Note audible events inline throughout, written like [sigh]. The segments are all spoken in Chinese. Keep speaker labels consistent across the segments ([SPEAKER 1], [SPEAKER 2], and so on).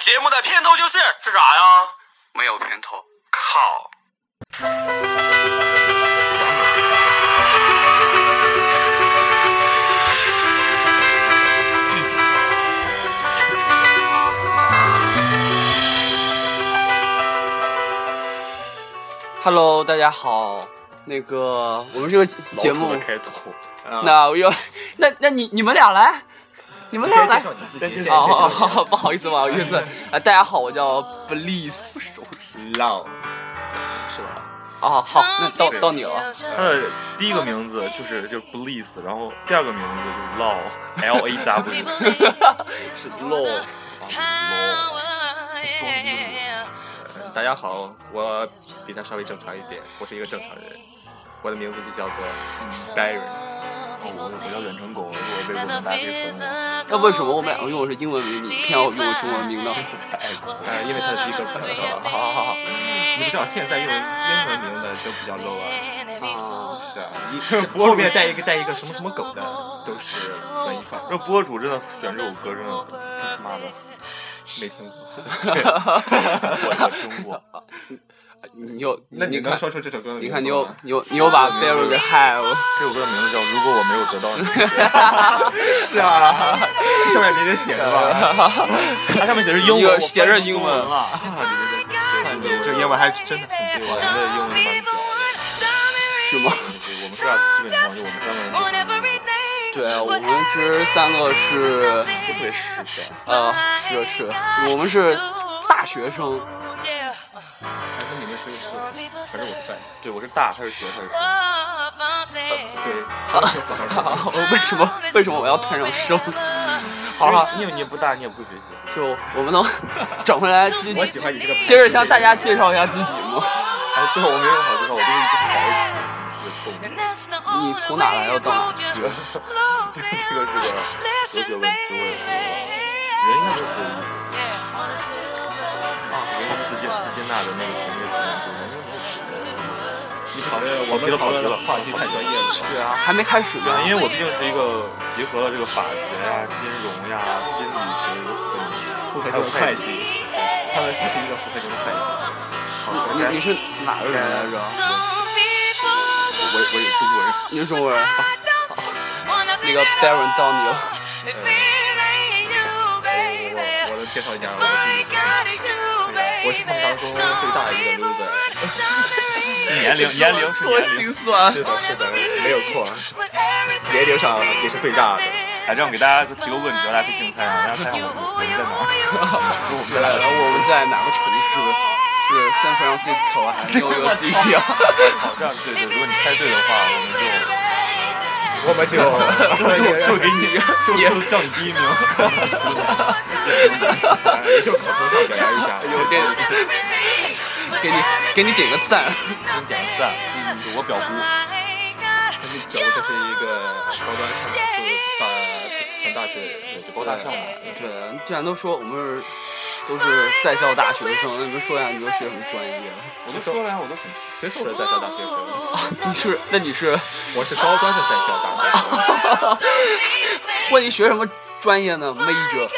[SPEAKER 1] 节目的片头就是是啥呀？
[SPEAKER 2] 没有片头，靠！
[SPEAKER 3] Hello，大家好，那个我们这个节目，
[SPEAKER 4] 开头，啊
[SPEAKER 3] 那我又， [laughs] 那那你你们俩来，你们俩来，
[SPEAKER 4] 先介
[SPEAKER 3] 好好
[SPEAKER 4] 绍嗯
[SPEAKER 3] 好好，不好意思，不好意思啊、大家好，我叫 Bliss 手指，
[SPEAKER 4] 老，
[SPEAKER 3] 是吧？哦，好，那到到你
[SPEAKER 4] [laughs]
[SPEAKER 3] 了，
[SPEAKER 4] 他的第一个名字就是就是 Bliss，然后第二个名字就是 Law L A
[SPEAKER 2] [laughs]
[SPEAKER 4] W，
[SPEAKER 3] 是 Low，
[SPEAKER 4] 大家好，我比他稍微正常一点，我是一个正常人，我的名字就叫做 Darren。
[SPEAKER 2] 哦我我叫远程狗，我被我们大黑封了。
[SPEAKER 3] 那为什么我们两个用的是英文名，你偏要用中文名呢？
[SPEAKER 4] 呃，因为他是一个本科，
[SPEAKER 3] 好好好好，
[SPEAKER 4] [laughs] 你不知道现在用英文名的都比较 low 啊，
[SPEAKER 3] 啊，
[SPEAKER 4] 是 [laughs] 啊，一后面带 [laughs] 一个带一个什么什么狗的都是文艺范儿，
[SPEAKER 2] 那博主真的选这首歌真的，真他妈的，
[SPEAKER 4] 没听过。 [laughs]
[SPEAKER 2] 我我听过。
[SPEAKER 3] 你又
[SPEAKER 4] 那你
[SPEAKER 3] 你
[SPEAKER 4] 能
[SPEAKER 3] 看，
[SPEAKER 4] 说出嗯这首歌的名
[SPEAKER 3] 你
[SPEAKER 4] 字吗？
[SPEAKER 3] 看你又你又你又把 Barry 给害了，
[SPEAKER 2] 这首歌的名字叫《如果我没有得到你》，
[SPEAKER 4] [laughs] 是啊，上面没人写着吧？它上面写着英
[SPEAKER 3] 有
[SPEAKER 4] 文，
[SPEAKER 3] 写着英文
[SPEAKER 4] 啊！你这个，这英文还真的很多，我们的英文蛮屌的。
[SPEAKER 3] 是吗？
[SPEAKER 2] 我们仨基本上就我
[SPEAKER 3] 对，我
[SPEAKER 2] 们三个人就
[SPEAKER 3] 们其实三个是。
[SPEAKER 2] 特别实在。
[SPEAKER 3] 呃，是是，我们是大学生，
[SPEAKER 4] 还是你们谁有还是我帅？
[SPEAKER 2] 对，我是大，他是学，他是生。
[SPEAKER 4] 对，
[SPEAKER 3] 为什么为什么我要摊上生？好了，
[SPEAKER 2] 你也你也不大，你也不会学习。
[SPEAKER 3] 就我们能整回来，接
[SPEAKER 4] 我喜欢你这个。
[SPEAKER 3] 接着向大家介绍一下自己吗？
[SPEAKER 2] 哎，最后我没用好，最后我就是一直好一直
[SPEAKER 3] 你从哪来到哪去？
[SPEAKER 2] 这个这个是个哲学问题，我也不知道。人应该都是有意识的。然后斯金斯金纳的那个什么
[SPEAKER 4] 你讨论
[SPEAKER 2] 跑
[SPEAKER 4] 我
[SPEAKER 2] 题了
[SPEAKER 4] 们讨
[SPEAKER 2] 跑题
[SPEAKER 4] 论的
[SPEAKER 2] 了
[SPEAKER 4] 话题太专业了。
[SPEAKER 3] 对啊，还没开始
[SPEAKER 2] 对，因
[SPEAKER 3] 呢。
[SPEAKER 2] 为我毕竟是一个结合了这个法学呀、金融呀、心理学、
[SPEAKER 4] 复合
[SPEAKER 2] 还有
[SPEAKER 4] 型的
[SPEAKER 2] 会
[SPEAKER 4] 会
[SPEAKER 2] 计
[SPEAKER 4] 计，，他们是一个复合型的会计。
[SPEAKER 3] 你你是哪个人来着？
[SPEAKER 2] 我我也中国人。
[SPEAKER 3] 你是中国人。那个 Baron 到你了，
[SPEAKER 4] 我我能介绍一下我自己。我是他们当中最大的一个 loser。
[SPEAKER 2] 年龄年龄是
[SPEAKER 3] 多
[SPEAKER 2] 年
[SPEAKER 3] 心。
[SPEAKER 2] 龄
[SPEAKER 3] 酸。
[SPEAKER 4] 是的，是的，没有错。年龄上也是最大的。
[SPEAKER 2] 哎，这样给大家提个问题，大家可以竞猜啊，大家猜一下我们在哪？
[SPEAKER 3] 呃，我
[SPEAKER 2] 我们在哪？
[SPEAKER 3] 们在哪个城市？是 San Francisco 还是 New York City 啊？
[SPEAKER 2] 好，这样对对，如果你猜对的话，我们就
[SPEAKER 4] 我们就
[SPEAKER 2] 就就给你
[SPEAKER 3] 也
[SPEAKER 2] 就就叫你第一名。
[SPEAKER 4] 也就口头上表扬一下，
[SPEAKER 3] 有点给你给你点个赞。
[SPEAKER 2] 给你点个赞，嗯，就我表姑，
[SPEAKER 4] 表这是一个高端上档次、大很大气，也就高大上的。
[SPEAKER 3] 对，既然都说我们是都是在校大学生，那你们说一下你们学什么专业？
[SPEAKER 2] 我都说了呀，我都很
[SPEAKER 4] 谁说我是在校大学生？
[SPEAKER 3] 你是？那你是？
[SPEAKER 4] 我是高端的在校大学生。
[SPEAKER 3] 问你学什么专业呢？major。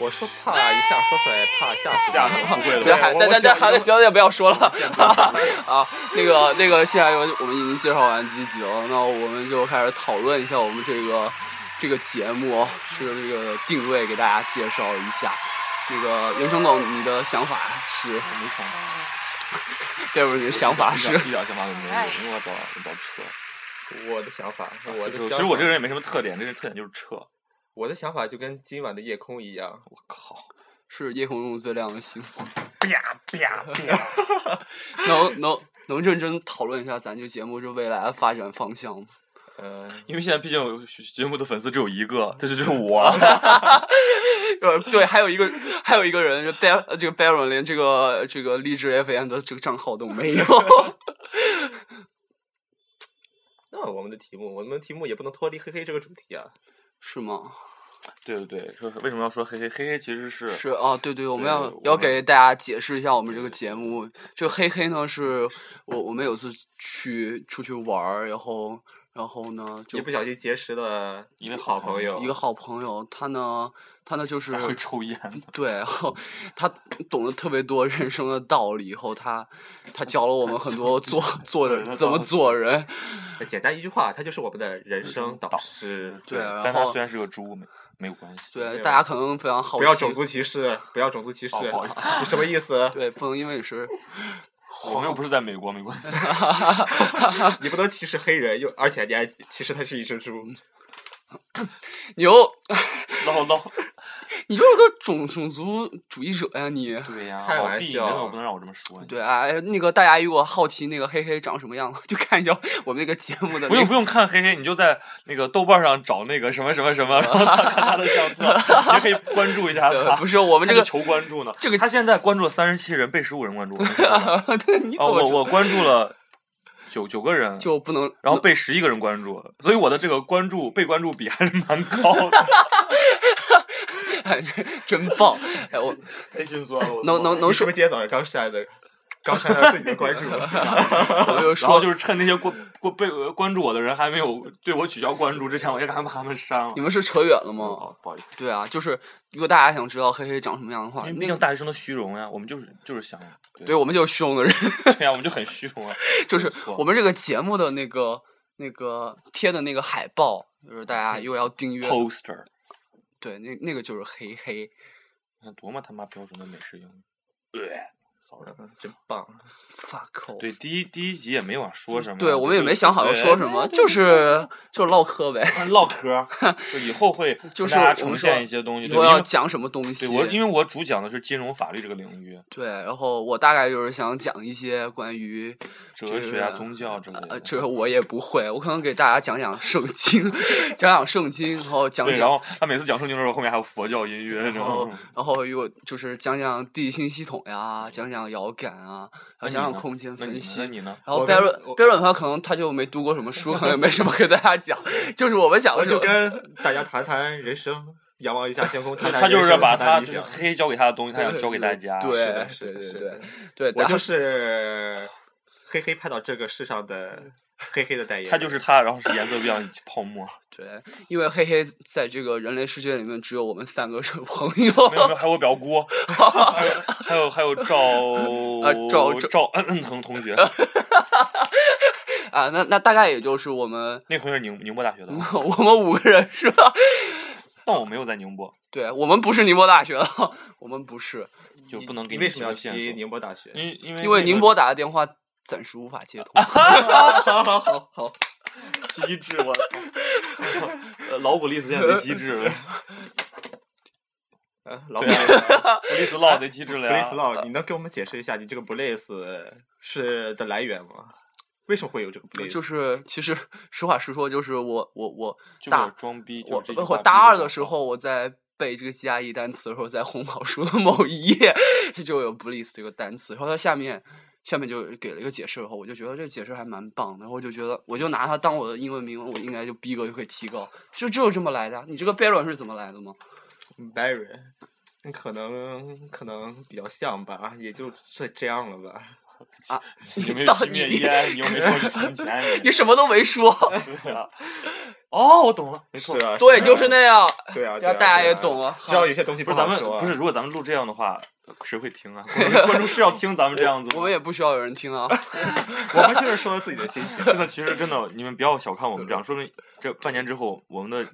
[SPEAKER 4] 我说怕一下说出来，怕吓死
[SPEAKER 2] 吓死富贵
[SPEAKER 3] 对，
[SPEAKER 2] 了。
[SPEAKER 3] 还
[SPEAKER 4] 我
[SPEAKER 3] 但
[SPEAKER 4] 我
[SPEAKER 3] 但但
[SPEAKER 4] 想
[SPEAKER 3] 还行，也不要说了。
[SPEAKER 4] [laughs]
[SPEAKER 3] [laughs] 啊，那个那个，现在我我们已经介绍完自己了，那我们就开始讨论一下我们这个这个节目哦是这个定位，给大家介绍一下。那个袁成狗，你的想法是？
[SPEAKER 2] 没想法
[SPEAKER 3] 对不？你的想法
[SPEAKER 4] [laughs]
[SPEAKER 3] 是？
[SPEAKER 2] 一点想法都没有，因为我找我找车。
[SPEAKER 4] 我的想法，我的
[SPEAKER 2] 就是
[SPEAKER 4] 想
[SPEAKER 2] 其
[SPEAKER 4] 法
[SPEAKER 2] 实我这个人也没什么特点，这个特点就是车。
[SPEAKER 4] 我的想法就跟今晚的夜空一样，
[SPEAKER 2] 我靠，
[SPEAKER 3] 是夜空中最亮的星。
[SPEAKER 2] 啪啪啪！
[SPEAKER 3] 能能能认真讨论一下咱这节目这未来的发展方向吗？
[SPEAKER 4] 呃，
[SPEAKER 2] 因为现在毕竟有节目的粉丝只有一个，这就就是我。
[SPEAKER 3] [laughs] 呃，对，还有一个还有一个人，Bar 呃这个 Baron 连这个这个励志 FM 的这个账号都没有。 [laughs]
[SPEAKER 4] 那我们的题目，我们的题目也不能脱离黑黑这个主题啊。
[SPEAKER 3] 是吗？
[SPEAKER 2] 对对对，说是为什么要说嘿嘿嘿嘿，其实
[SPEAKER 3] [laughs]
[SPEAKER 2] 是
[SPEAKER 3] 是哦，对对，我们
[SPEAKER 2] 对
[SPEAKER 3] 要
[SPEAKER 2] 我
[SPEAKER 3] 要
[SPEAKER 2] 们
[SPEAKER 3] 给大家解释一下我们这个节目。这个黑黑呢，是我我们有次去出去玩儿，然后然后呢，就
[SPEAKER 5] 一不小心结识了
[SPEAKER 2] 一位
[SPEAKER 5] 好朋友，
[SPEAKER 3] 一个好朋友，他呢，他呢就是
[SPEAKER 2] 还会抽烟的，
[SPEAKER 3] 对， [laughs] 然后他懂得特别多人生的道理，以后他他教了我们很多
[SPEAKER 2] [laughs]
[SPEAKER 3] 做做人怎么做人，
[SPEAKER 5] 简单一句话，他就是我们的人生导师。
[SPEAKER 3] 对，然
[SPEAKER 2] 但他
[SPEAKER 3] 后
[SPEAKER 2] 虽然是个猪，没没有关系。
[SPEAKER 3] 对大家可能非常好奇，
[SPEAKER 5] 不要种族歧视，不要种族歧视，
[SPEAKER 2] 哦不好意思
[SPEAKER 5] 你什么意
[SPEAKER 3] [laughs]
[SPEAKER 5] 思？
[SPEAKER 3] 对，不能因为你是
[SPEAKER 2] 我们又不是在美国，没关系。
[SPEAKER 5] 你不能歧视黑人，又而且你还歧视他是一只猪。
[SPEAKER 3] 牛，
[SPEAKER 2] 唠
[SPEAKER 3] [laughs]
[SPEAKER 2] 唠，
[SPEAKER 3] 你就是个种种族主义者呀你。
[SPEAKER 2] 对呀、
[SPEAKER 5] 开
[SPEAKER 2] 老
[SPEAKER 5] 玩
[SPEAKER 2] 弟，你
[SPEAKER 5] 笑
[SPEAKER 2] 为什么不能让我这么说呢？
[SPEAKER 3] 对啊，哎那个大家如果好奇那个黑黑长什么样的话，就看一下我们那个节目的、那个。
[SPEAKER 2] 不用不用看黑黑，你就在那个豆瓣上找那个什么什么什么，然后他看他的相册，你也可以关注一下
[SPEAKER 3] 呃
[SPEAKER 2] 他。
[SPEAKER 3] 不是我们这
[SPEAKER 2] 他
[SPEAKER 3] 个
[SPEAKER 2] 就求关注呢，
[SPEAKER 3] 这个
[SPEAKER 2] 他现在关注了三十七人，被十五人关注。我跟你说啊，
[SPEAKER 3] [laughs] 你怎么
[SPEAKER 2] 我
[SPEAKER 3] 知道
[SPEAKER 2] 我关注了九九个人，
[SPEAKER 3] 就不能，
[SPEAKER 2] 然后被十一个人关注，所以我的这个关注被关注比还是蛮高
[SPEAKER 3] [laughs]
[SPEAKER 2] 的，
[SPEAKER 3] 哎，真真棒！哎，我
[SPEAKER 2] 太心酸了。我的
[SPEAKER 3] 能能
[SPEAKER 2] 妈
[SPEAKER 3] 能
[SPEAKER 5] 你是
[SPEAKER 3] 说
[SPEAKER 5] 不是今天早上刚删的？刚删掉自己的关注，
[SPEAKER 3] 我就
[SPEAKER 2] 然后
[SPEAKER 3] 说，
[SPEAKER 2] 就是趁那些关关被我关注我的人还没有对我取消关注之前，我也赶快把他们删了
[SPEAKER 3] 你。们是扯远了吗？
[SPEAKER 2] 哦，不好意思，
[SPEAKER 3] 对啊，就是如果大家想知道黑黑长什么样的话，
[SPEAKER 2] 因为毕
[SPEAKER 3] 那
[SPEAKER 2] 竟
[SPEAKER 3] 个
[SPEAKER 2] 大学生的虚荣呀，我们就是就
[SPEAKER 3] [laughs]
[SPEAKER 2] 是想，
[SPEAKER 3] 对我们就是凶的人，
[SPEAKER 2] 对呀，我们就很虚荣啊。
[SPEAKER 3] [laughs] 就是
[SPEAKER 2] 没错
[SPEAKER 3] 我们这个节目的那个那个贴的那个海报，就是大
[SPEAKER 2] 嗯
[SPEAKER 3] 家如果要订阅，
[SPEAKER 2] poster，
[SPEAKER 3] 对，那那个就是黑黑。
[SPEAKER 2] 你看多么他妈标准的美式英语。sorry
[SPEAKER 5] 真棒！
[SPEAKER 3] fuck off
[SPEAKER 2] 对，第一第一集也没往说什么，
[SPEAKER 3] 嗯对，我们也没想好要说什么，就是就唠嗑呗，
[SPEAKER 2] 么，
[SPEAKER 3] [laughs]
[SPEAKER 2] 唠嗑，就以后会
[SPEAKER 3] 就
[SPEAKER 2] 跟
[SPEAKER 3] 是
[SPEAKER 2] 大家
[SPEAKER 3] 我们说
[SPEAKER 2] 呈现一些东西。
[SPEAKER 3] 以
[SPEAKER 2] 对
[SPEAKER 3] 后
[SPEAKER 2] 因
[SPEAKER 3] 要
[SPEAKER 2] 为
[SPEAKER 3] 讲什么东西。
[SPEAKER 2] 对我，因为我主讲的是金融法律这个领域，
[SPEAKER 3] 对，然后我大概就是想讲一些关于
[SPEAKER 2] 哲学啊、宗教之类
[SPEAKER 3] 呃，
[SPEAKER 2] 的。
[SPEAKER 3] 这个我也不会，我可能给大家讲讲圣经， [laughs] 讲讲圣经，然后讲哦
[SPEAKER 2] 对，然
[SPEAKER 3] 讲，
[SPEAKER 2] 后他每次讲圣经的时候，后面还有佛教音乐那
[SPEAKER 3] 然后
[SPEAKER 2] 种。嗯
[SPEAKER 3] 然后又就是讲讲地心系统呀，讲讲遥感啊，然后
[SPEAKER 2] 那
[SPEAKER 3] 讲
[SPEAKER 2] 你
[SPEAKER 3] 讲
[SPEAKER 2] 呢
[SPEAKER 3] 空间
[SPEAKER 2] 那你
[SPEAKER 3] 分
[SPEAKER 2] 呢
[SPEAKER 3] 析
[SPEAKER 2] 那。你呢？
[SPEAKER 3] 然后
[SPEAKER 5] 我
[SPEAKER 3] 辩
[SPEAKER 5] 跟
[SPEAKER 3] 论
[SPEAKER 5] 我
[SPEAKER 3] 辩论的话，可能他就没读过什么书，可能也没什么跟大家讲，就是我们讲
[SPEAKER 5] 我
[SPEAKER 3] 的
[SPEAKER 5] 就是跟大家谈谈人生，仰望一下星
[SPEAKER 2] [laughs]
[SPEAKER 5] 空，谈谈
[SPEAKER 2] 他就是
[SPEAKER 5] 人生
[SPEAKER 2] 把
[SPEAKER 5] 谈
[SPEAKER 2] 他
[SPEAKER 5] 谈理
[SPEAKER 2] 就是
[SPEAKER 5] 想。
[SPEAKER 2] 黑教给他的东西，他想教给大家。
[SPEAKER 3] 对
[SPEAKER 5] 的啊是
[SPEAKER 3] 对
[SPEAKER 5] 的
[SPEAKER 3] 对
[SPEAKER 5] 是
[SPEAKER 3] 对
[SPEAKER 5] 的
[SPEAKER 3] 对，
[SPEAKER 5] 我
[SPEAKER 3] 大
[SPEAKER 5] 就是黑黑派到这个世上的黑黑的代言人，
[SPEAKER 2] 他就是他，然后是颜色不一样，泡沫。
[SPEAKER 3] 对，因为黑黑在这个人类世界里面，只有我们三个是朋友。
[SPEAKER 2] 没有没有，还有我表
[SPEAKER 3] [laughs]
[SPEAKER 2] 姑，还有还有还有赵
[SPEAKER 3] 啊赵赵
[SPEAKER 2] 赵嗯嗯腾
[SPEAKER 3] [laughs]
[SPEAKER 2] 同学，
[SPEAKER 3] 啊，那那大概也就是我们 [laughs]
[SPEAKER 2] 那同学是宁宁波大学的，
[SPEAKER 3] 我们五个人是吧？
[SPEAKER 2] 但我没有在宁波，
[SPEAKER 3] 对我们不是宁波大学的，我们不是，
[SPEAKER 2] 就
[SPEAKER 5] 你
[SPEAKER 2] 不能给
[SPEAKER 5] 你为
[SPEAKER 2] 你
[SPEAKER 5] 什
[SPEAKER 2] 提
[SPEAKER 5] 么要
[SPEAKER 2] 供
[SPEAKER 5] 提
[SPEAKER 2] 线索。
[SPEAKER 5] 宁波大学？
[SPEAKER 2] 因因为
[SPEAKER 3] 因为
[SPEAKER 2] 那
[SPEAKER 3] 宁
[SPEAKER 2] 个
[SPEAKER 3] 波打的电话暂时无法接通。
[SPEAKER 5] [laughs] 啊好好好好，
[SPEAKER 2] 机智，
[SPEAKER 3] [laughs]
[SPEAKER 2] 我操！呃老古丽斯现在贼机智了，
[SPEAKER 5] 啊老
[SPEAKER 2] 对
[SPEAKER 5] 板。 [laughs]
[SPEAKER 2] 啊，古丽斯唠贼机智了
[SPEAKER 5] 布
[SPEAKER 2] 呀。
[SPEAKER 5] 雷斯老，你能给我们解释一下你这个 Blaze 是的来源吗？为什么会有这个 Blaze？
[SPEAKER 3] 呃就是其实实话实说，就是我我我
[SPEAKER 2] 就是
[SPEAKER 3] 大
[SPEAKER 2] 装逼，
[SPEAKER 3] 我
[SPEAKER 2] 就是这句
[SPEAKER 3] 包
[SPEAKER 2] 话
[SPEAKER 3] 括
[SPEAKER 2] 逼
[SPEAKER 3] 大
[SPEAKER 2] 我
[SPEAKER 3] 二的
[SPEAKER 2] 讲
[SPEAKER 3] 时
[SPEAKER 2] 话，
[SPEAKER 3] 候，我在背这个 GRE 单词的时候，在红宝书的某一页，这就有 bliss 这个单词，然后它下面。下面就给了一个解释，然后我就觉得这个解释还蛮棒的，然后我就觉得我就拿它当我的英文名，我应该就逼格就可以提高，就就是这么来的啊。你这个辩论是怎么来的吗？ [laughs]
[SPEAKER 5] Barry，你可能可能比较像吧，也就这这样了吧。
[SPEAKER 2] 你没有
[SPEAKER 3] 到
[SPEAKER 2] 熄
[SPEAKER 3] 你
[SPEAKER 2] 灭
[SPEAKER 3] 你
[SPEAKER 2] 烟，你又没说是从前， [laughs]
[SPEAKER 3] 你什么都没说，
[SPEAKER 2] 对啊。哦，我懂了，没
[SPEAKER 5] 是
[SPEAKER 2] 错。
[SPEAKER 5] 啊，
[SPEAKER 3] 对，
[SPEAKER 5] 是啊
[SPEAKER 3] 就是那样。
[SPEAKER 5] 对啊，
[SPEAKER 3] 这样
[SPEAKER 5] 对啊
[SPEAKER 3] 大家也
[SPEAKER 5] 对啊
[SPEAKER 3] 懂了
[SPEAKER 5] 知道有些东西
[SPEAKER 2] 不是咱
[SPEAKER 5] 好
[SPEAKER 2] 们
[SPEAKER 5] 说啊，
[SPEAKER 2] 不是，如果咱们录这样的话，谁会听啊？观众观众是要听咱们这样子
[SPEAKER 3] [laughs]
[SPEAKER 2] 吗？
[SPEAKER 3] 我
[SPEAKER 2] [laughs]
[SPEAKER 3] 们也不需要有人听啊。
[SPEAKER 5] 我们就是说自己的心情。
[SPEAKER 2] 真的，其实真的，你们不要小看我们这样，说明这半年之后，我们的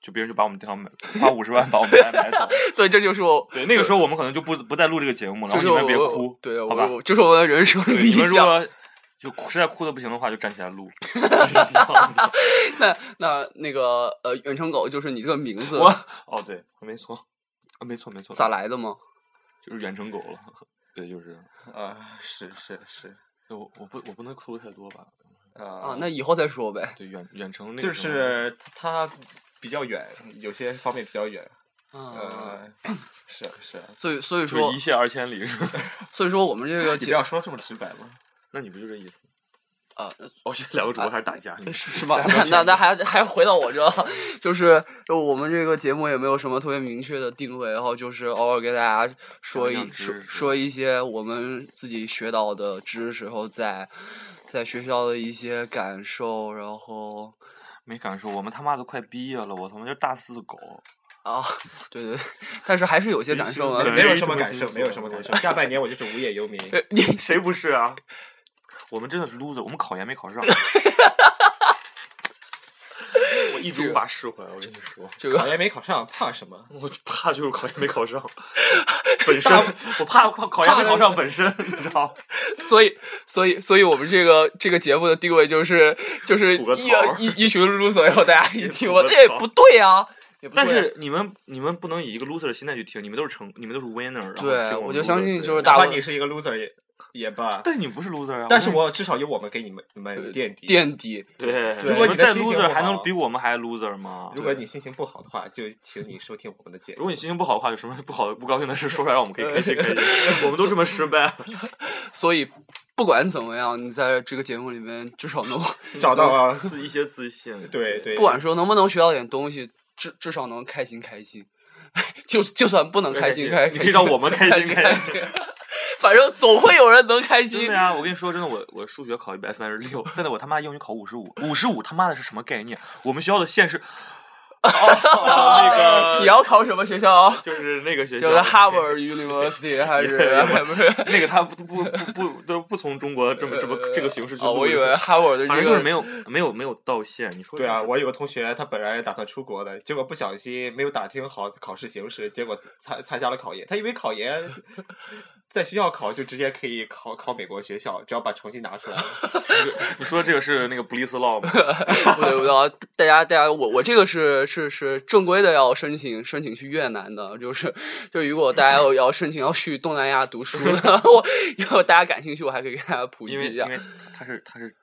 [SPEAKER 2] 就别人就把我们电商买，花五十万把我们电台买走。
[SPEAKER 3] 对，这就是我，
[SPEAKER 2] 对，那个时候我们可能就不不再录这个节目了，
[SPEAKER 3] 这
[SPEAKER 2] 然
[SPEAKER 3] 就是
[SPEAKER 2] 后你
[SPEAKER 3] 我
[SPEAKER 2] 们别哭，
[SPEAKER 3] 对，
[SPEAKER 2] 好吧？
[SPEAKER 3] 我就是我的人生 [laughs]
[SPEAKER 2] 对，
[SPEAKER 3] 理
[SPEAKER 2] 你们如
[SPEAKER 3] 想。
[SPEAKER 2] 果就哭实在哭的不行的话，就站起来录。
[SPEAKER 3] 那那那个呃，远程狗就是你这个名字
[SPEAKER 2] 我哦，对，没错，啊，没错没错，
[SPEAKER 3] 咋来的吗？
[SPEAKER 2] 就是远程狗了。 [laughs] 对，就是
[SPEAKER 5] 啊，是是是，
[SPEAKER 2] 我我不我不能哭太多吧？
[SPEAKER 5] 啊
[SPEAKER 3] 啊，那以后再说呗。
[SPEAKER 2] 对，远远程那个
[SPEAKER 5] 就
[SPEAKER 2] 什么
[SPEAKER 5] 是它比较远，有些方面比较远。
[SPEAKER 3] [laughs] 嗯，
[SPEAKER 5] 呃，是是，啊
[SPEAKER 3] 所以所以
[SPEAKER 2] 就
[SPEAKER 3] 说
[SPEAKER 2] 是一泻二千里，是吧？ [laughs]
[SPEAKER 3] 所以说我们这个
[SPEAKER 5] 你不
[SPEAKER 3] 节
[SPEAKER 5] 要说这么直白嘛。
[SPEAKER 2] 那你不就这意思？
[SPEAKER 3] 呃，
[SPEAKER 2] [laughs] 哦，现在两个主播还是打架，
[SPEAKER 3] 是是吧？
[SPEAKER 2] 大家
[SPEAKER 3] 那
[SPEAKER 2] 不
[SPEAKER 3] 那
[SPEAKER 2] 要
[SPEAKER 3] 那还还是回到我这， [laughs] 就是就我们这个节目也没有什么特别明确的定位，然后就是偶尔给大家说一
[SPEAKER 2] 讲讲知
[SPEAKER 3] 说
[SPEAKER 2] 识
[SPEAKER 3] 说一些我们自己学到的知识，然后在在学校的一些感受，然后
[SPEAKER 2] 没感受，我们他妈都快毕业了，我他妈就是大四的狗，
[SPEAKER 3] 啊， [laughs] 对对，对但是还是有些感受啊。呃
[SPEAKER 2] [laughs] 对
[SPEAKER 5] 没有
[SPEAKER 2] 没
[SPEAKER 5] 什么
[SPEAKER 2] 什么
[SPEAKER 5] 感受，
[SPEAKER 2] 心
[SPEAKER 5] 没有
[SPEAKER 2] 思
[SPEAKER 5] 什么感受。
[SPEAKER 2] 我
[SPEAKER 5] 下半年我就是无业游民，
[SPEAKER 3] 你
[SPEAKER 2] [laughs] 谁不是啊？我们真的是 loser，我们考研没 [laughs] 考上，我一直无法释怀，我跟你说，
[SPEAKER 3] 这
[SPEAKER 5] 考
[SPEAKER 3] 个
[SPEAKER 5] 研没考上，怕什么？
[SPEAKER 2] 我怕就是考研没考 [laughs] 上，本身我怕考考研没考上本身，你知道吗？
[SPEAKER 3] 所以，所以，所以我们这个这个节目的定位就是就是
[SPEAKER 2] 吐个
[SPEAKER 3] 一呃
[SPEAKER 2] 槽儿
[SPEAKER 3] 一一群 loser，然后大家一听我
[SPEAKER 2] 吐个
[SPEAKER 3] 哎
[SPEAKER 2] 槽
[SPEAKER 3] 不对啊，也不
[SPEAKER 2] 但
[SPEAKER 3] 对啊
[SPEAKER 2] 是你们你们不能以一个 loser 的心态去听，你们都是成，你们都是 winner，然后
[SPEAKER 3] 对
[SPEAKER 2] 听我
[SPEAKER 3] 我
[SPEAKER 2] 们
[SPEAKER 3] 就
[SPEAKER 2] loser，
[SPEAKER 3] 相信
[SPEAKER 2] 对
[SPEAKER 3] 就是大
[SPEAKER 5] 哪怕
[SPEAKER 3] 部
[SPEAKER 5] 你是一个 loser 也也罢，
[SPEAKER 2] 但是你不是 loser 啊，
[SPEAKER 5] 但是
[SPEAKER 2] 我。
[SPEAKER 5] 我至少有我们给你们你们垫底。
[SPEAKER 3] 垫底
[SPEAKER 2] 对，
[SPEAKER 3] 对
[SPEAKER 2] 你
[SPEAKER 3] 如果
[SPEAKER 2] 们
[SPEAKER 5] 你的
[SPEAKER 2] 再
[SPEAKER 5] 心情
[SPEAKER 2] loser
[SPEAKER 5] 不
[SPEAKER 2] 还能
[SPEAKER 5] 好
[SPEAKER 2] 比我们还 loser 吗？
[SPEAKER 5] 如果你心情不好的话，就请你收听我们的节
[SPEAKER 2] 如
[SPEAKER 5] 目。
[SPEAKER 2] 果你心情不好的话，有什么不好的、不高兴的事说出来，让我们
[SPEAKER 3] 呃
[SPEAKER 2] 可以开心开
[SPEAKER 3] [laughs]
[SPEAKER 2] 心。我们都这么失败了，
[SPEAKER 3] 所以不管怎么样，你在这个节目里面至少能，
[SPEAKER 5] 找到啊，
[SPEAKER 2] 自一些自信。
[SPEAKER 5] 对对，
[SPEAKER 3] 不管说能不能学到点东西，至至少能开心开心。 [laughs] 就就算不能开心开，
[SPEAKER 2] 你可以让我们开
[SPEAKER 3] 开
[SPEAKER 2] 心
[SPEAKER 3] 开
[SPEAKER 2] 开
[SPEAKER 3] [laughs]
[SPEAKER 2] 心。
[SPEAKER 3] 心，反正总会有人能开
[SPEAKER 2] 真
[SPEAKER 3] 心
[SPEAKER 2] 的。呀，我跟你说，真的，我我数学考一百三十六，但是我他妈英语考五十五，五十五他妈的是什么概念？我们学校的县是，哦，那个
[SPEAKER 3] 你要考什么学校啊？
[SPEAKER 2] 就是那个学校，
[SPEAKER 3] 就是 Harvard
[SPEAKER 2] [laughs]
[SPEAKER 3] University 还是还不 [laughs] 是？
[SPEAKER 2] 那个他不不不不都不从中国这么这么这个形式去
[SPEAKER 3] 哦，
[SPEAKER 2] 录
[SPEAKER 3] 我以
[SPEAKER 2] 的
[SPEAKER 3] 为 Harvard 的
[SPEAKER 2] 反
[SPEAKER 3] 这
[SPEAKER 2] 正就是
[SPEAKER 3] 个
[SPEAKER 2] 没有没有没有到线。你说
[SPEAKER 5] 对
[SPEAKER 2] 这
[SPEAKER 5] 啊，
[SPEAKER 2] 是
[SPEAKER 5] 我有个同学，他本来打算出国的，结果不小心没有打听好考试形式，结果参参加了考研。他以为考研 [laughs] 在学校考就直接可以考考美国学校，只要把成绩拿出来。
[SPEAKER 2] 你说这个是那个 Bliss
[SPEAKER 3] [laughs]
[SPEAKER 2] Law 吗？
[SPEAKER 3] 不
[SPEAKER 2] [laughs]
[SPEAKER 3] 对不对啊，大家大家，我我这个是是是正规的，要申请申请去越南的，就是就如果大家要要申请要去东南亚读书
[SPEAKER 2] [laughs]
[SPEAKER 3] 的，我如果大家感兴趣，我还可以给大家普及
[SPEAKER 2] 因为
[SPEAKER 3] 一
[SPEAKER 2] 因
[SPEAKER 3] 下，
[SPEAKER 2] 为他是他是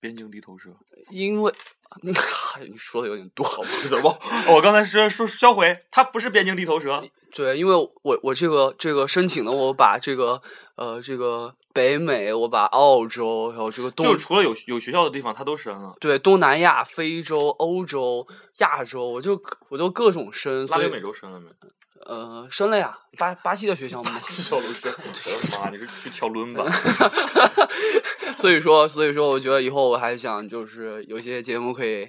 [SPEAKER 2] 边境地头
[SPEAKER 3] [laughs]
[SPEAKER 2] 蛇，
[SPEAKER 3] 因为。哎你说的有点多，好吧？
[SPEAKER 2] 怎么？哦我刚才说说销毁，他不是边境地头蛇，
[SPEAKER 3] 对，因为我我这个这个申请的，我把这个呃这个北美，我把澳洲，还有这个
[SPEAKER 2] 就
[SPEAKER 3] 东
[SPEAKER 2] 是除了有有学校的地方，他都申了。
[SPEAKER 3] 对东南亚、非洲、欧洲、亚洲，我就我都各种申，
[SPEAKER 2] 拉
[SPEAKER 3] 所
[SPEAKER 2] 丁
[SPEAKER 3] 以
[SPEAKER 2] 美洲申了没？
[SPEAKER 3] 呃申了呀，巴巴西的学校吗？ [laughs]
[SPEAKER 2] 小龙申，我的妈！你是去跳伦吧？
[SPEAKER 3] 所以说，所以说，我觉得以后我还想就是有些节目可以，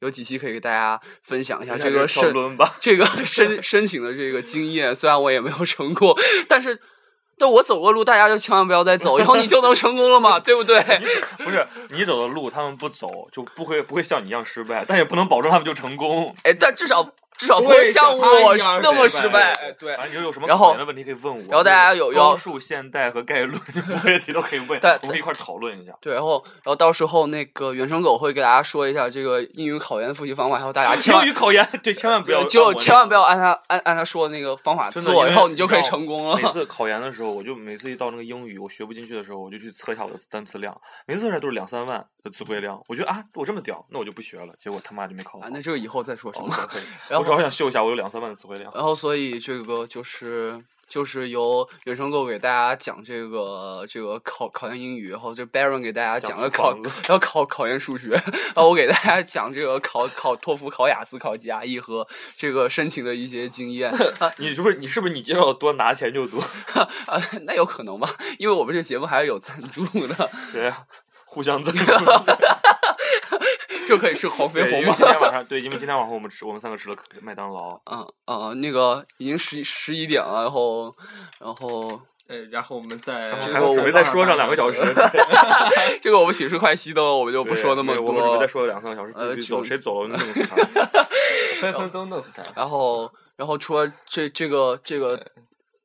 [SPEAKER 3] 有几期可以给大家分享一下这个
[SPEAKER 2] 跳
[SPEAKER 3] 申
[SPEAKER 2] 伦吧？
[SPEAKER 3] 这个申申请的这个经验。虽然我也没有成功，但是但我走过路，大家就千万不要再走，以后你就能成功了嘛，对不哎对？
[SPEAKER 2] 不是你走的路，他们不走，就不会不会像你一样失败，但也不能保证他们就成功。
[SPEAKER 3] 哎，但至少至少不
[SPEAKER 5] 不
[SPEAKER 3] 会
[SPEAKER 5] 会
[SPEAKER 3] 像
[SPEAKER 5] 像他
[SPEAKER 3] 我
[SPEAKER 5] 一样
[SPEAKER 3] 那么
[SPEAKER 5] 失
[SPEAKER 3] 失败
[SPEAKER 5] 败。
[SPEAKER 3] 哎对，
[SPEAKER 2] 反正你有什么
[SPEAKER 3] 然
[SPEAKER 2] 考
[SPEAKER 3] 后
[SPEAKER 2] 研的问题可以问我。
[SPEAKER 3] 然后大家有要
[SPEAKER 2] 高数、现代和概论， [laughs] 你不会的题都可以问，
[SPEAKER 3] 但
[SPEAKER 2] 我们一块儿讨论
[SPEAKER 3] [laughs]
[SPEAKER 2] 一下。
[SPEAKER 3] 对，然后然后到时候那个原生狗会给大家说一下这个英语考研复习方法，然后大哎家千万
[SPEAKER 2] [laughs] 英语考研，对，千万不要，
[SPEAKER 3] 就千万不要。按他按按他说的那个方法
[SPEAKER 2] 真的
[SPEAKER 3] 做，
[SPEAKER 2] 因
[SPEAKER 3] 然
[SPEAKER 2] 为
[SPEAKER 3] 后你就可以
[SPEAKER 2] 你知道
[SPEAKER 3] 成功了。
[SPEAKER 2] 每次考研的时候，我就每次一到那个英语我学不进去的时候，我就去测一下我的单词量，每次测出来都是两三万的词汇量。我觉得啊，我这么屌，那我就不学了。结果他妈就没考好。
[SPEAKER 3] 啊，那这个以后再说
[SPEAKER 2] 哦
[SPEAKER 3] 行吗？
[SPEAKER 2] 可以
[SPEAKER 3] 然
[SPEAKER 2] 我主要
[SPEAKER 3] 后，
[SPEAKER 2] 想秀一下我有两三万的词汇量。
[SPEAKER 3] 然后，所以这个就是就是由原生狗给大家讲这个这个考考研英语，然后这 Baron 给大家
[SPEAKER 2] 讲
[SPEAKER 3] 呃讲了
[SPEAKER 2] 库
[SPEAKER 3] 考，
[SPEAKER 2] 房子
[SPEAKER 3] 然后考考研数学，然后我给大家讲这个考考托福、考雅思、考 GRE 和这个申请的一些经验啊
[SPEAKER 2] 你是不是你是不是你介绍的多拿钱就多？
[SPEAKER 3] [laughs] 啊，那有可能吧？因为我们这节目还是有赞助的， [laughs]
[SPEAKER 2] 对呀，互相赞助。
[SPEAKER 3] 就可以吃黄飞
[SPEAKER 2] 对，
[SPEAKER 3] 鸿
[SPEAKER 2] 因为
[SPEAKER 3] 吗？
[SPEAKER 2] 今天晚上对，因为今天晚上我们吃我们三个吃了麦当劳。
[SPEAKER 3] 嗯嗯，那个已经十十一点了，然后，然后
[SPEAKER 5] 呃，然后我们再
[SPEAKER 2] 然后
[SPEAKER 3] 这
[SPEAKER 2] 还
[SPEAKER 3] 个
[SPEAKER 2] 有准
[SPEAKER 3] 我
[SPEAKER 2] 备再说上两个小
[SPEAKER 5] [laughs]
[SPEAKER 2] 时，对
[SPEAKER 3] 这个我们寝室快熄灯了，我们就不说那么
[SPEAKER 2] 对我们准备再
[SPEAKER 3] 多。
[SPEAKER 2] 说两三个小时。
[SPEAKER 3] 呃
[SPEAKER 2] 必须走
[SPEAKER 3] 就
[SPEAKER 2] 谁走了弄死他。
[SPEAKER 5] 分分钟弄死他。
[SPEAKER 3] 然后，然后除了这这个这个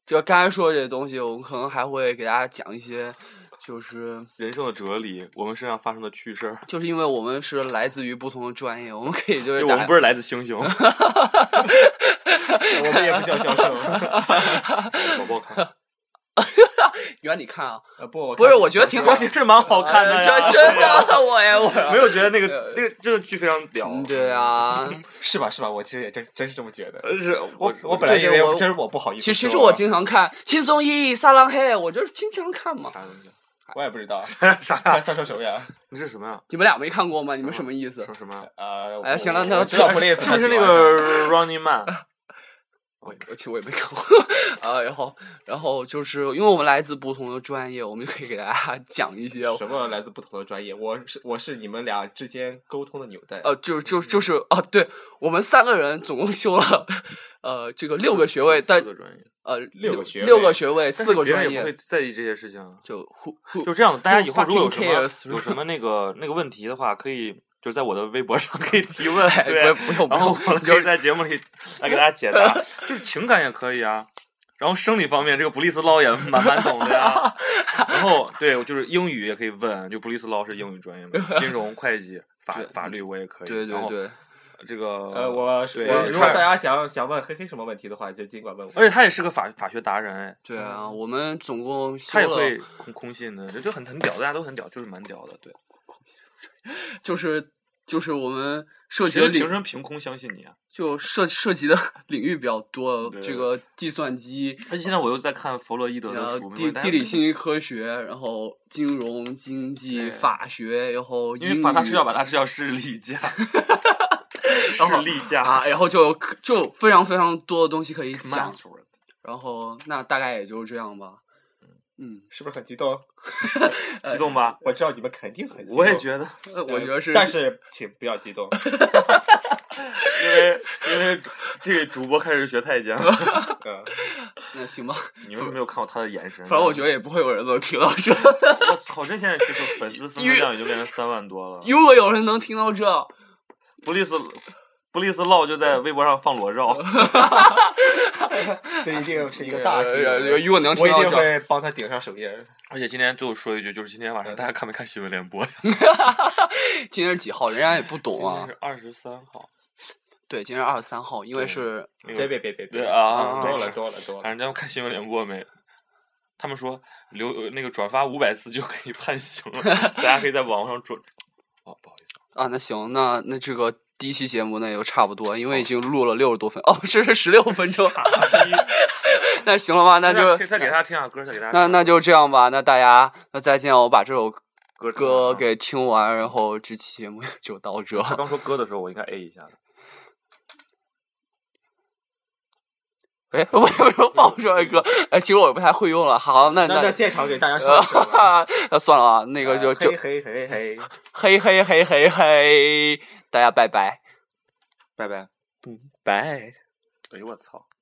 [SPEAKER 3] 这个刚才说的这些东西，我们可能还会给大家讲一些，就是
[SPEAKER 2] [laughs] 人生的哲理，我们身上发生的趣事儿。
[SPEAKER 3] 就是因为我们是来自于不同的专业，我们可以就是
[SPEAKER 2] 对，我
[SPEAKER 3] 打
[SPEAKER 2] 们不是来自星星，宝
[SPEAKER 5] [laughs] 我们也不叫教授， [laughs]
[SPEAKER 2] 宝看，
[SPEAKER 3] 原来你看啊，
[SPEAKER 5] 呃不，
[SPEAKER 3] 不是，
[SPEAKER 5] 看
[SPEAKER 3] 我觉得
[SPEAKER 2] [laughs]
[SPEAKER 3] 挺好，
[SPEAKER 2] 也是蛮好看的
[SPEAKER 3] 呃
[SPEAKER 2] 呀
[SPEAKER 3] 真真的，我呀我。
[SPEAKER 2] [laughs] 没有觉得那个那个这个剧非常屌。
[SPEAKER 3] 嗯对啊，
[SPEAKER 5] [laughs] 是吧是吧？我其实也真真是这么觉得。
[SPEAKER 2] 呃，是
[SPEAKER 5] 我
[SPEAKER 2] 我
[SPEAKER 5] 我本来
[SPEAKER 3] 对
[SPEAKER 5] 以
[SPEAKER 3] 对
[SPEAKER 5] 为
[SPEAKER 3] 我
[SPEAKER 5] 真是我不好意思
[SPEAKER 3] 其
[SPEAKER 5] 说啊。
[SPEAKER 3] 实其实我经常看《轻松一》《撒浪嘿》，我就是经常看嘛。
[SPEAKER 2] 啥东西？啊
[SPEAKER 5] 我也不知
[SPEAKER 2] [laughs]
[SPEAKER 5] 道
[SPEAKER 2] 啥
[SPEAKER 5] 他
[SPEAKER 2] 呀？
[SPEAKER 5] [laughs] 他说什么呀？
[SPEAKER 2] 你是什么呀？
[SPEAKER 3] [laughs] 你们俩没看过吗？你们什么意思
[SPEAKER 2] 说？什么呀？
[SPEAKER 5] 呃，
[SPEAKER 3] 哎
[SPEAKER 5] 我
[SPEAKER 3] 行了
[SPEAKER 5] 我
[SPEAKER 3] 那
[SPEAKER 5] 我知道
[SPEAKER 3] 这
[SPEAKER 5] 布
[SPEAKER 2] [laughs]
[SPEAKER 5] 列斯
[SPEAKER 2] 是不
[SPEAKER 5] 他
[SPEAKER 2] 是
[SPEAKER 5] 喜
[SPEAKER 2] 那
[SPEAKER 5] 欢
[SPEAKER 2] 个 Running Man？
[SPEAKER 3] 我我其实我也没看过 [laughs] 啊，然后然后就是因为我们来自不同的专业，我们就可以给大家讲一些 [laughs]
[SPEAKER 5] 他什么来自不同的专业？我是我是你们俩之间沟通的纽带。
[SPEAKER 3] 呃，就就就是啊，对我们三个人总共修了呃这个六个学位，
[SPEAKER 2] 四
[SPEAKER 3] 但
[SPEAKER 2] 个专业，
[SPEAKER 3] 呃
[SPEAKER 5] 六个学
[SPEAKER 3] 六
[SPEAKER 5] 位
[SPEAKER 3] 个学位
[SPEAKER 2] 但
[SPEAKER 3] 四
[SPEAKER 2] 是
[SPEAKER 3] 个
[SPEAKER 2] 别人
[SPEAKER 3] 专
[SPEAKER 2] 也不会
[SPEAKER 3] 业，
[SPEAKER 2] 在意这些事情啊。
[SPEAKER 3] 就 who who
[SPEAKER 2] 就这样，大家
[SPEAKER 3] Who
[SPEAKER 2] 以后如果有
[SPEAKER 3] fucking
[SPEAKER 2] 什么
[SPEAKER 3] cares？
[SPEAKER 2] 有什么那个那个问题的话，可以就在我的微博上 [laughs] 可以提问，
[SPEAKER 3] 哎不
[SPEAKER 2] 对
[SPEAKER 3] 用，不用不
[SPEAKER 2] 然后
[SPEAKER 3] 用，
[SPEAKER 2] 我们
[SPEAKER 3] 就
[SPEAKER 2] 可以
[SPEAKER 3] 是
[SPEAKER 2] 在节目里来给大家
[SPEAKER 3] [laughs]
[SPEAKER 2] 解答，就是情感也可以啊。然后生理方面，这个布利斯捞也蛮蛮懂的
[SPEAKER 3] [laughs]
[SPEAKER 2] 呀。然后对，我就是英语也可以问，就布利斯捞是英语专业嘛，金融、会计、法
[SPEAKER 3] 对
[SPEAKER 2] 法律我也可以。
[SPEAKER 3] 对
[SPEAKER 2] 然
[SPEAKER 3] 对
[SPEAKER 2] 后
[SPEAKER 3] 对，
[SPEAKER 2] 这个
[SPEAKER 5] 呃，我是
[SPEAKER 2] 对
[SPEAKER 5] 我
[SPEAKER 2] 是哎
[SPEAKER 5] 如果大家想想问黑黑什么问题的话，就尽管问我。
[SPEAKER 2] 而且他也是个法法学达人哎，
[SPEAKER 3] 对啊，我们总共修
[SPEAKER 2] 他也
[SPEAKER 3] 了
[SPEAKER 2] 会空空信的，这就很很屌，大家都很屌，就是蛮屌的。对，
[SPEAKER 3] 就是就是我们涉及
[SPEAKER 2] 其
[SPEAKER 3] 的
[SPEAKER 2] 实
[SPEAKER 3] 领
[SPEAKER 2] 凭什么凭空相信你啊？
[SPEAKER 3] 就涉涉及的 [laughs] 领域比较多，
[SPEAKER 2] 对
[SPEAKER 3] 这个计算机，
[SPEAKER 2] [laughs] 而且现在我又在看弗洛伊德
[SPEAKER 3] 然
[SPEAKER 2] 的
[SPEAKER 3] 后
[SPEAKER 2] 书，
[SPEAKER 3] 地
[SPEAKER 2] 明白
[SPEAKER 3] 地理信息科学，然后金融经济
[SPEAKER 2] 对
[SPEAKER 3] 法学，然后
[SPEAKER 2] 因
[SPEAKER 3] 英
[SPEAKER 2] 为
[SPEAKER 3] 语
[SPEAKER 2] 把它吃掉，把它吃掉是例
[SPEAKER 3] [laughs]
[SPEAKER 2] 假，是
[SPEAKER 3] 后
[SPEAKER 2] 例假
[SPEAKER 3] 啊，然后就有可就非常非常多的东西可以讲，
[SPEAKER 2] Commensurate
[SPEAKER 3] 然后那大概也就是这样吧。嗯，
[SPEAKER 5] 是不是很激动？
[SPEAKER 2] 激动吧？
[SPEAKER 5] 我知道你们肯定很激动。
[SPEAKER 2] 我也觉得，
[SPEAKER 3] 呃
[SPEAKER 5] 呃
[SPEAKER 3] 我觉得是，
[SPEAKER 5] 但是请不要激动。
[SPEAKER 2] 因为因为这个主播开始学太监了，
[SPEAKER 5] 嗯，
[SPEAKER 3] 那行吧，
[SPEAKER 2] 你为什么没有看过他的眼神呢？
[SPEAKER 3] 反正我觉得也不会有人能听到这， [laughs]
[SPEAKER 2] 我操，这现在其实粉丝粉
[SPEAKER 3] 因
[SPEAKER 2] 丝
[SPEAKER 3] 为
[SPEAKER 2] 量已经变成三万多了。
[SPEAKER 3] 如果有人能听到这，
[SPEAKER 2] 布利斯布利斯洛就在微博上放
[SPEAKER 3] [laughs]
[SPEAKER 2] 裸照，
[SPEAKER 5] [laughs] 这一定 [laughs] 是一个大戏。
[SPEAKER 3] 呃如果能听
[SPEAKER 5] 我一
[SPEAKER 3] 到
[SPEAKER 5] 定
[SPEAKER 3] 这，
[SPEAKER 5] 会帮他顶上手印儿。
[SPEAKER 2] 而且今天最后说一句，就是今天晚上大家看没看新闻联播呀？
[SPEAKER 3] 今天是几号？人家也不
[SPEAKER 2] 今
[SPEAKER 3] 懂
[SPEAKER 2] 天
[SPEAKER 5] [laughs]
[SPEAKER 3] 啊。
[SPEAKER 2] 是二十三号，
[SPEAKER 3] 对，今天是二十三号，因为
[SPEAKER 2] 对
[SPEAKER 3] 是
[SPEAKER 2] 那
[SPEAKER 5] 别
[SPEAKER 2] 个
[SPEAKER 5] 别别别别
[SPEAKER 2] 对！啊，
[SPEAKER 3] 啊
[SPEAKER 5] 多
[SPEAKER 2] 没
[SPEAKER 5] 了
[SPEAKER 2] 事
[SPEAKER 5] 多了多
[SPEAKER 2] [laughs]
[SPEAKER 5] 了。
[SPEAKER 2] 反正咱们看新闻联播没？他们说留呃那个转发五百次就可以判刑了，大家可以在网上
[SPEAKER 3] [laughs]
[SPEAKER 2] 转。哦，不好意思，
[SPEAKER 3] 啊，那行，那那这个第一期节目那就差不多，因为已经录了六十多分，哦，这是十六分钟，那行了吧？那就
[SPEAKER 2] 再再给大家听下歌，再给大家
[SPEAKER 3] 那
[SPEAKER 2] 听
[SPEAKER 3] 那
[SPEAKER 2] 下歌
[SPEAKER 3] 就这样吧，那大家那再见，我把这首
[SPEAKER 2] 歌唱
[SPEAKER 3] 歌
[SPEAKER 5] 嗯
[SPEAKER 2] 啊
[SPEAKER 3] 给听完，然后这期节目就到这。
[SPEAKER 2] 他刚说歌的时候，我应该 A 一下的。
[SPEAKER 3] 哎，为什么放这首歌？哎，其实我也不太会用了。好，那
[SPEAKER 5] 那那
[SPEAKER 3] 那
[SPEAKER 5] 现场给大家唱一首
[SPEAKER 3] [laughs]
[SPEAKER 5] 吧。
[SPEAKER 3] 呃，那算了啊，那个就就
[SPEAKER 5] 嘿嘿嘿嘿。
[SPEAKER 3] 嘿嘿嘿嘿嘿，大家拜拜。
[SPEAKER 2] 拜拜。
[SPEAKER 5] 拜。
[SPEAKER 2] 哎呦我操！